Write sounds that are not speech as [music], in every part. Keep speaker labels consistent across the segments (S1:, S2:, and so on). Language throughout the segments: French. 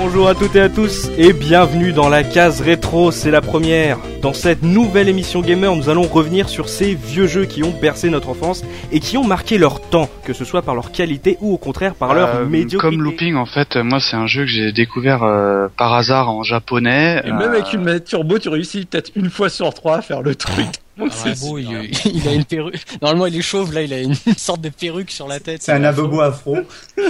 S1: Bonjour à toutes et à tous et bienvenue dans la case rétro, c'est la première. Dans cette nouvelle émission gamer, nous allons revenir sur ces vieux jeux qui ont bercé notre enfance et qui ont marqué leur temps, que ce soit par leur qualité ou au contraire par leur
S2: Euh,
S1: médiocrité.
S2: Comme Looping, en fait, moi, c'est un jeu que j'ai découvert euh, par hasard en japonais.
S3: Et même
S2: Euh,
S3: avec une manette turbo, tu réussis peut-être une fois sur trois à faire le
S4: [laughs]
S3: truc.
S5: Ah
S3: Donc,
S4: Alors,
S3: c'est-
S4: Abo, Ah, il, [laughs] il a une perruque. Normalement, il est chauve. Là, il a une [laughs] sorte de perruque sur la tête.
S6: C'est un abobo afro.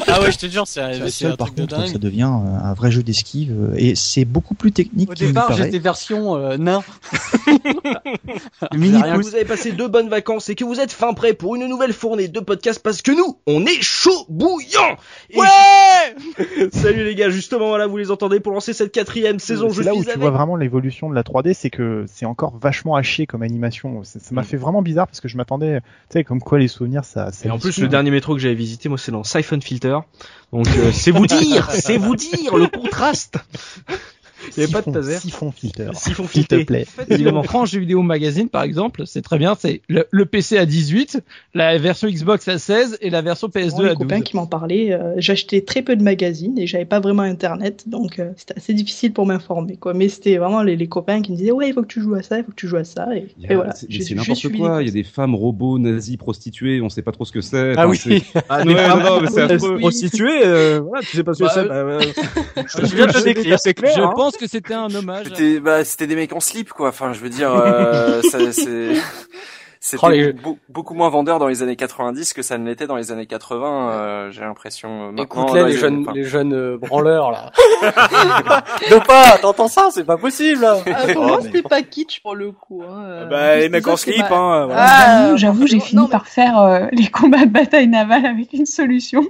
S4: Ah ouais, je te jure, c'est
S7: C'est
S4: un,
S7: la
S4: c'est un
S7: seule, par
S4: truc de
S7: contre, où ça
S4: dingue.
S7: devient euh, un vrai jeu d'esquive euh, et c'est beaucoup plus technique
S4: Au
S7: qu'il n'y
S4: départ,
S7: paraît.
S4: j'étais version euh, [laughs] nain.
S7: Mini
S4: rien
S7: pouce.
S8: vous avez passé deux bonnes vacances et que vous êtes fin prêt pour une nouvelle fournée de podcasts parce que nous, on est chaud bouillant. Et-
S1: [laughs]
S8: Salut les gars, justement voilà, vous les entendez pour lancer cette quatrième saison. Je
S9: C'est là où
S8: suis
S9: tu
S8: avec.
S9: vois vraiment l'évolution de la 3D, c'est que c'est encore vachement haché comme animation. Ça ça m'a fait vraiment bizarre parce que je m'attendais, tu sais, comme quoi les souvenirs, ça. ça
S1: Et en
S9: les
S1: plus,
S9: suit. hein.
S1: le dernier métro que j'avais visité, moi, c'est dans Siphon Filter. Donc, euh, c'est vous dire, c'est vous dire le contraste. Il n'y avait pas de
S7: Siphon-
S1: taser.
S7: Siphon
S1: [laughs]
S7: filter.
S1: Siphon
S7: S'il te
S1: filté.
S7: plaît.
S1: Évidemment.
S10: Évidemment. Prends jeux vidéo magazine par exemple, c'est très bien, c'est le, le PC à 18, la version Xbox à 16 et la version
S11: Avant,
S10: PS2
S1: Ah,
S11: les
S10: à
S11: copains
S10: 12.
S11: qui m'en parlaient, euh, j'achetais très peu de magazines et j'avais pas vraiment internet, donc euh, c'était assez difficile pour m'informer, quoi. Mais c'était vraiment les, les copains qui me disaient ouais, il faut que tu joues à ça, il faut que tu joues à ça, et,
S12: Il y
S11: et
S12: a-
S11: voilà.
S12: c'est-
S11: j'ai-
S12: mais C'est
S11: j'ai
S12: n'importe
S11: suivi
S12: quoi.
S11: les
S12: Il y a des femmes robots nazis prostituées, on sait pas trop ce que c'est.
S4: Ah
S12: Enfin,
S4: oui.
S12: c'est- Ah non, non, non, mais c'est affreux.
S13: prostitué, euh, voilà, tu sais pas ce que
S10: Bah,
S13: c'est.
S10: euh,
S13: bah, euh,
S1: Je viens de te décrire.
S13: c'est clair.
S10: Je
S13: hein.
S10: pense que c'était un hommage.
S5: C'était bah, c'était des mecs en slip quoi. Enfin, je veux dire, euh,
S3: [laughs]
S5: ça- c'est c'était
S4: Oh, les-
S5: beau- beaucoup moins vendeur dans les années 90 que ça ne l'était dans les années 80. euh, J'ai l'impression. euh, maintenant,
S13: Écoute là,
S5: là,
S13: les
S5: j'ai-
S13: jeunes,
S5: enfin,
S13: les jeunes euh, branleurs là.
S4: Non pas, t'entends ça, c'est pas possible. Là.
S12: [laughs]
S11: Ah, pour moi, c'était pas kitsch pour le coup. Hein. Euh,
S13: Bah, les
S11: c'est
S13: mecs
S11: ça,
S13: en
S11: c'est
S13: slip,
S11: pas-
S13: hein. Voilà.
S11: Ah,
S14: J'avoue, j'avoue, j'ai
S11: non,
S14: fini
S11: mais-
S14: par faire euh, [laughs] les combats de bataille navale avec une solution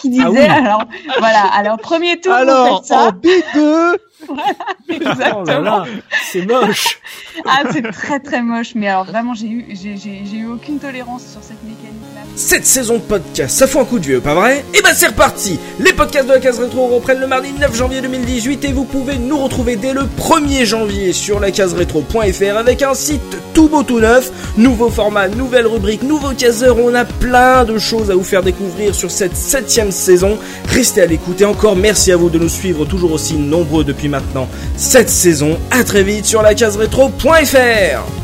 S14: qui disait
S10: Ah oui.
S14: alors voilà alors premier tour
S13: Alors,
S14: vous faites
S13: en
S14: ça
S13: B2
S14: exactement
S13: Oh là là, c'est moche
S14: ah c'est très très moche mais alors vraiment j'ai eu j'ai j'ai- j'ai eu aucune tolérance sur cette mécanique là
S8: Cette saison de podcast, ça fout un coup de vieux, pas vrai Eh ben c'est reparti Les podcasts de la case rétro reprennent le mardi 9 janvier 2018 et vous pouvez nous retrouver dès le 1er janvier sur la lacaseretro.fr avec un site tout beau tout neuf, nouveau format, nouvelle rubrique, nouveau caseur, on a plein de choses à vous faire découvrir sur cette septième saison. Restez à l'écoute et encore merci à vous de nous suivre toujours aussi nombreux depuis maintenant cette saison. À très vite sur lacaseretro.fr